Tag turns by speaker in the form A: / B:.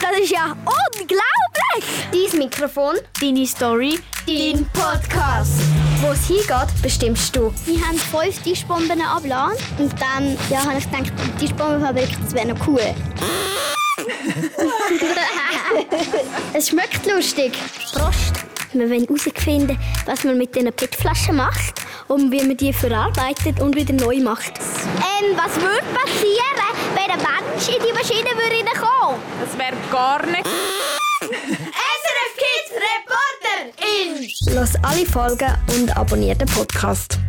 A: Das ist ja unglaublich!
B: Dein Mikrofon,
A: Deine Story,
B: dein Podcast. Wo es hingeht, bestimmst du.
C: Wir haben fünf Tischbomben abgeladen und dann ja, habe ich gedacht, die Tischbombenfabrik, das wäre noch cool.
B: Es schmeckt lustig.
C: Prost! Wir wollen herausfinden, was man mit diesen PET-Flaschen macht und wie man die verarbeitet und wieder neu macht.
B: Ähm, was würde passieren, wenn ein Mensch in die Maschine würde kommen?
D: Das wäre gar nicht.
B: SRF Kids Reporter in
C: Lass alle Folgen und abonniere den Podcast.